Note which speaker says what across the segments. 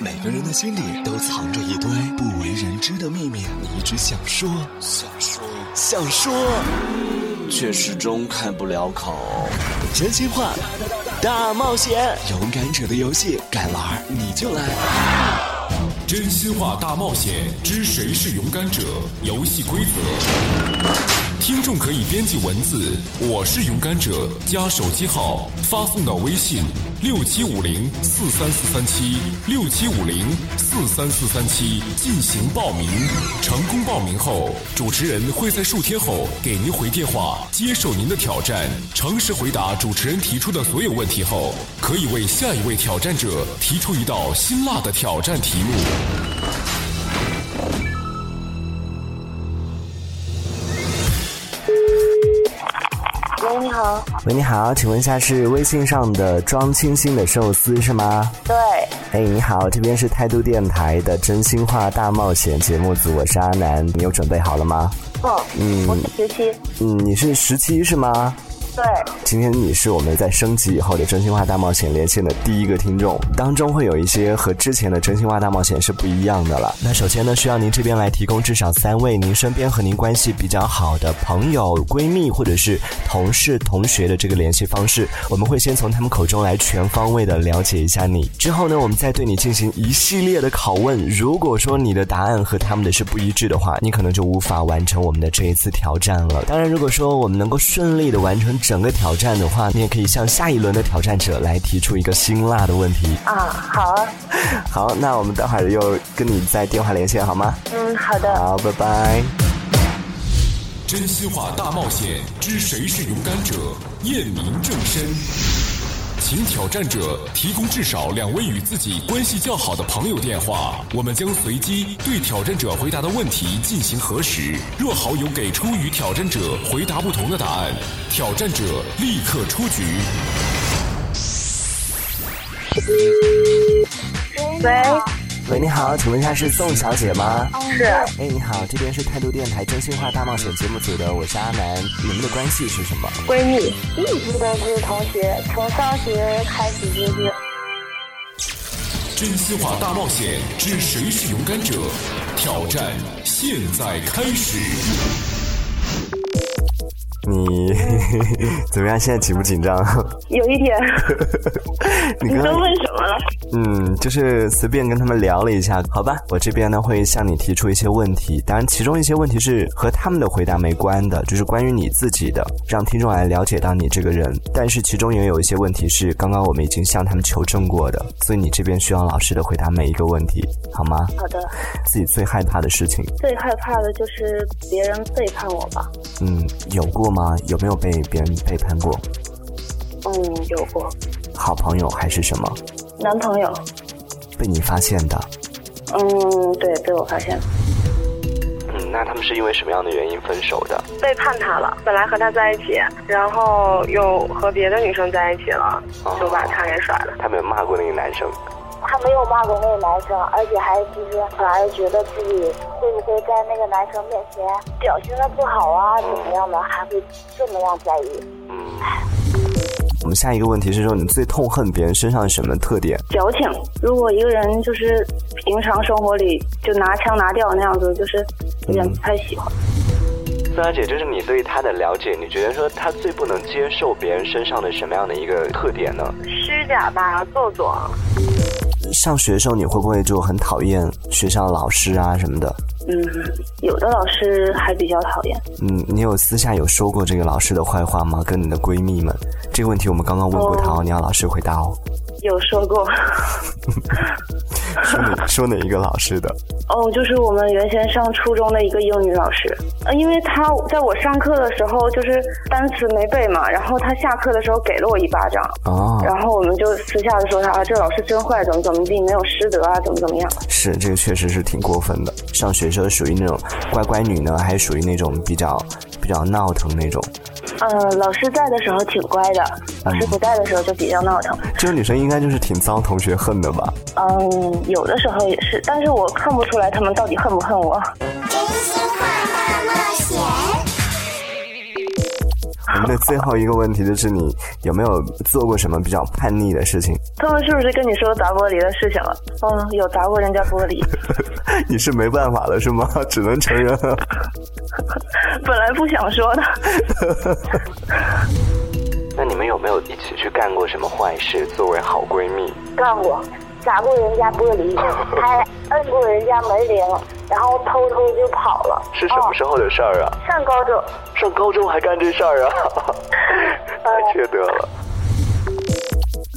Speaker 1: 每个人的心里都藏着一堆不为人知的秘密，你一直想说，想说，想说，
Speaker 2: 却始终开不了口。
Speaker 1: 真心话
Speaker 2: 大冒险，
Speaker 1: 勇敢者的游戏，敢玩儿你就来。
Speaker 3: 真心话大冒险之谁是勇敢者？游戏规则：听众可以编辑文字“我是勇敢者”加手机号发送到微信六七五零四三四三七六七五零四三四三七进行报名。成功报名后，主持人会在数天后给您回电话，接受您的挑战。诚实回答主持人提出的所有问题后，可以为下一位挑战者提出一道辛辣的挑战题目。
Speaker 4: 喂，你好，
Speaker 5: 喂，你好，请问一下是微信上的装清新的寿司是吗？
Speaker 4: 对，
Speaker 5: 哎，你好，这边是态度电台的真心话大冒险节目组，我是阿南，你有准备好了吗？
Speaker 4: 嗯，我是十七，
Speaker 5: 嗯，你是十七是吗？
Speaker 4: 对，
Speaker 5: 今天你是我们在升级以后的真心话大冒险连线的第一个听众，当中会有一些和之前的真心话大冒险是不一样的了。那首先呢，需要您这边来提供至少三位您身边和您关系比较好的朋友、闺蜜或者是同事、同学的这个联系方式，我们会先从他们口中来全方位的了解一下你。之后呢，我们再对你进行一系列的拷问。如果说你的答案和他们的是不一致的话，你可能就无法完成我们的这一次挑战了。当然，如果说我们能够顺利的完成整个挑战的话，你也可以向下一轮的挑战者来提出一个辛辣的问题。
Speaker 4: 啊，好啊，
Speaker 5: 好，那我们待会儿又跟你在电话连线好吗？
Speaker 4: 嗯，好的，
Speaker 5: 好，拜拜。
Speaker 3: 真心话大冒险之谁是勇敢者？验明正身。请挑战者提供至少两位与自己关系较好的朋友电话，我们将随机对挑战者回答的问题进行核实。若好友给出与挑战者回答不同的答案，挑战者立刻出局。
Speaker 4: 喂，
Speaker 5: 喂，你好，请问一下是宋小姐吗？
Speaker 4: 是
Speaker 5: 哎，你好，这边是态度电台真心话大冒险节目组的，我是阿南。你们的关系是什么？
Speaker 4: 闺蜜，一直都是同学，从上学开始就是，
Speaker 3: 真心话大冒险之谁是勇敢者？挑战现在开始。
Speaker 5: 你 怎么样？现在紧不紧张？
Speaker 4: 有一点，
Speaker 5: 你
Speaker 4: 你
Speaker 5: 刚
Speaker 4: 都
Speaker 5: 刚
Speaker 4: 问什么了？
Speaker 5: 嗯，就是随便跟他们聊了一下，好吧？我这边呢会向你提出一些问题，当然其中一些问题是和他们的回答没关的，就是关于你自己的，让听众来了解到你这个人。但是其中也有一些问题是刚刚我们已经向他们求证过的，所以你这边需要老师的回答每一个问题，好吗？
Speaker 4: 好的，
Speaker 5: 自己最害怕的事情，
Speaker 4: 最害怕的就是别人背叛我吧，
Speaker 5: 嗯，有过吗？有没有被别人背叛过？
Speaker 4: 嗯，有过
Speaker 5: 好朋友还是什么？
Speaker 4: 男朋友，
Speaker 5: 被你发现的？
Speaker 4: 嗯，对，被我发现了。
Speaker 5: 嗯，那他们是因为什么样的原因分手的？
Speaker 6: 背叛他了，本来和他在一起，然后又和别的女生在一起了，就把他给甩了。
Speaker 5: 他们有骂过那个男生？
Speaker 7: 他没有骂过那个男生，而且还就是反而觉得自己会不会在那个男生面前表现的不好啊，怎么样的，还会这么样在意。
Speaker 5: 我们下一个问题是说，你最痛恨别人身上什么特点？
Speaker 4: 矫情。如果一个人就是平常生活里就拿腔拿调那样子，就是有点不太喜欢。
Speaker 5: 宋小姐，这是你对他的了解，你觉得说他最不能接受别人身上的什么样的一个特点呢？
Speaker 6: 虚假吧，做作。
Speaker 5: 上学的时候，你会不会就很讨厌学校老师啊什么的？
Speaker 4: 嗯，有的老师还比较讨厌。
Speaker 5: 嗯，你有私下有说过这个老师的坏话吗？跟你的闺蜜们？这个问题我们刚刚问过他哦，你要老实回答哦。
Speaker 4: 有说过，
Speaker 5: 说哪说哪一个老师的？
Speaker 4: 哦，就是我们原先上初中的一个英语老师，呃，因为他在我上课的时候就是单词没背嘛，然后他下课的时候给了我一巴掌，
Speaker 5: 哦，
Speaker 4: 然后我们就私下的说他啊，这老师真坏，怎么怎么地，没有师德啊，怎么怎么样。
Speaker 5: 是这个确实是挺过分的。上学时候属于那种乖乖女呢，还是属于那种比较比较闹腾那种？
Speaker 4: 呃，老师在的时候挺乖的，老师不在的时候就比较闹腾。
Speaker 5: 这种女生应该就是挺遭同学恨的吧？
Speaker 4: 嗯，有的时候也是，但是我看不出来他们到底恨不恨我。
Speaker 5: 们的最后一个问题就是你有没有做过什么比较叛逆的事情？
Speaker 4: 他们是不是跟你说砸玻璃的事情了？嗯，有砸过人家玻璃，
Speaker 5: 你是没办法了是吗？ 只能承认了。
Speaker 4: 本来不想说的。
Speaker 8: 那你们有没有一起去干过什么坏事？作为好闺蜜，
Speaker 7: 干过，砸过人家玻璃，还摁过人家门铃，然后偷偷就跑了。哦
Speaker 8: 是什么时候的事儿啊？
Speaker 7: 上高中，
Speaker 8: 上高中还干这事 儿啊？太缺德了！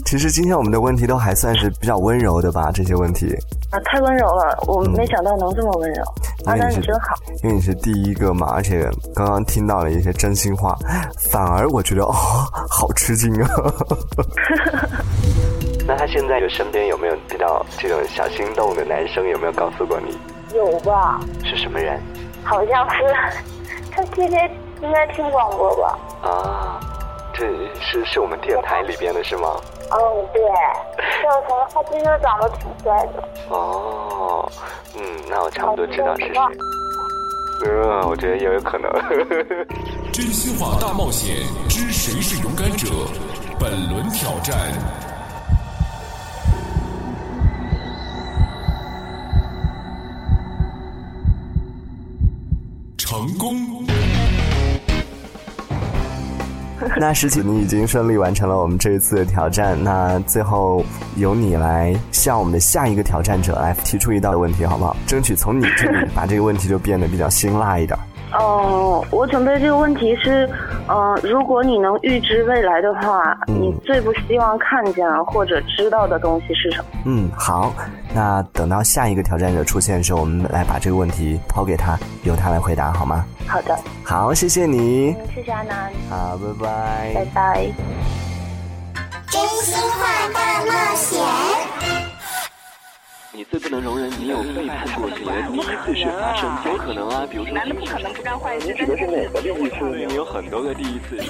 Speaker 5: 其实今天我们的问题都还算是比较温柔的吧，这些问题，
Speaker 4: 啊，太温柔了，我没想到能这么温柔。阿
Speaker 5: 因
Speaker 4: 丹，
Speaker 5: 为嗯你
Speaker 4: 你
Speaker 5: 是
Speaker 4: 真好，
Speaker 5: 因为你是第一个嘛，而且刚刚听到了一些真心话，反而我觉得哦，好吃惊啊！
Speaker 8: 那他现在有身边有没有比较这种小心动的男生？有没有告诉过你
Speaker 7: 呃有吧？
Speaker 8: 是什么人
Speaker 7: 好像是，他天天应该听广播吧？
Speaker 8: 啊？这是是我们电台里边的是吗？
Speaker 7: 嗯，对。赵成，他真的长得挺帅的，哦
Speaker 8: 哦，嗯，那我差不多知道是谁。嗯，我觉得也有可能。
Speaker 3: 真心话大冒险之谁是勇敢者？本轮挑战成功。
Speaker 5: 那十几，你已经顺利完成了我们这一次的挑战，那最后由你来向我们的下一个挑战者来提出一道问题，好不好？争取从你这里把这个问题就变得比较辛辣一点。
Speaker 4: 嗯，我准备这个问题是，嗯、如果你能预知未来的话，
Speaker 5: 嗯
Speaker 4: 你最不希望看见或者知道的东西是什么？
Speaker 5: 嗯，好，那等到下一个挑战者出现的时候，我们来把这个问题抛给他，由他来回答，好吗？
Speaker 4: 好的，
Speaker 5: 好，谢谢你，
Speaker 7: 谢谢阿南，
Speaker 5: 好，拜拜。
Speaker 4: 拜拜。
Speaker 9: 真心话大冒险，
Speaker 2: 你最不能容忍你有背叛过别人，你次是发生，有可能啊，比如说男的不可能不干坏事，指的是哪个第一次？你有很多个第一次。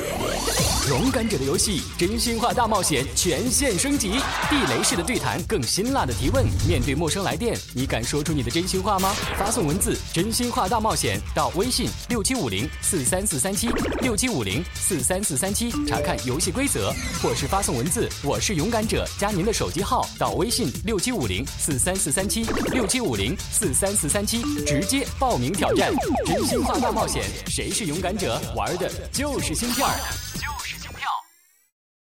Speaker 10: 勇敢者的游戏《真心话大冒险》全线升级，地雷式的对谈，更辛辣的提问。面对陌生来电，你敢说出你的真心话吗？发送文字“真心话大冒险”到微信六七五零四三四三七六七五零四三四三七查看游戏规则，或是发送文字“我是勇敢者”加您的手机号到微信六七五零四三四三七六七五零四三四三七直接报名挑战《真心话大冒险》，谁是勇敢者？玩的就是心跳。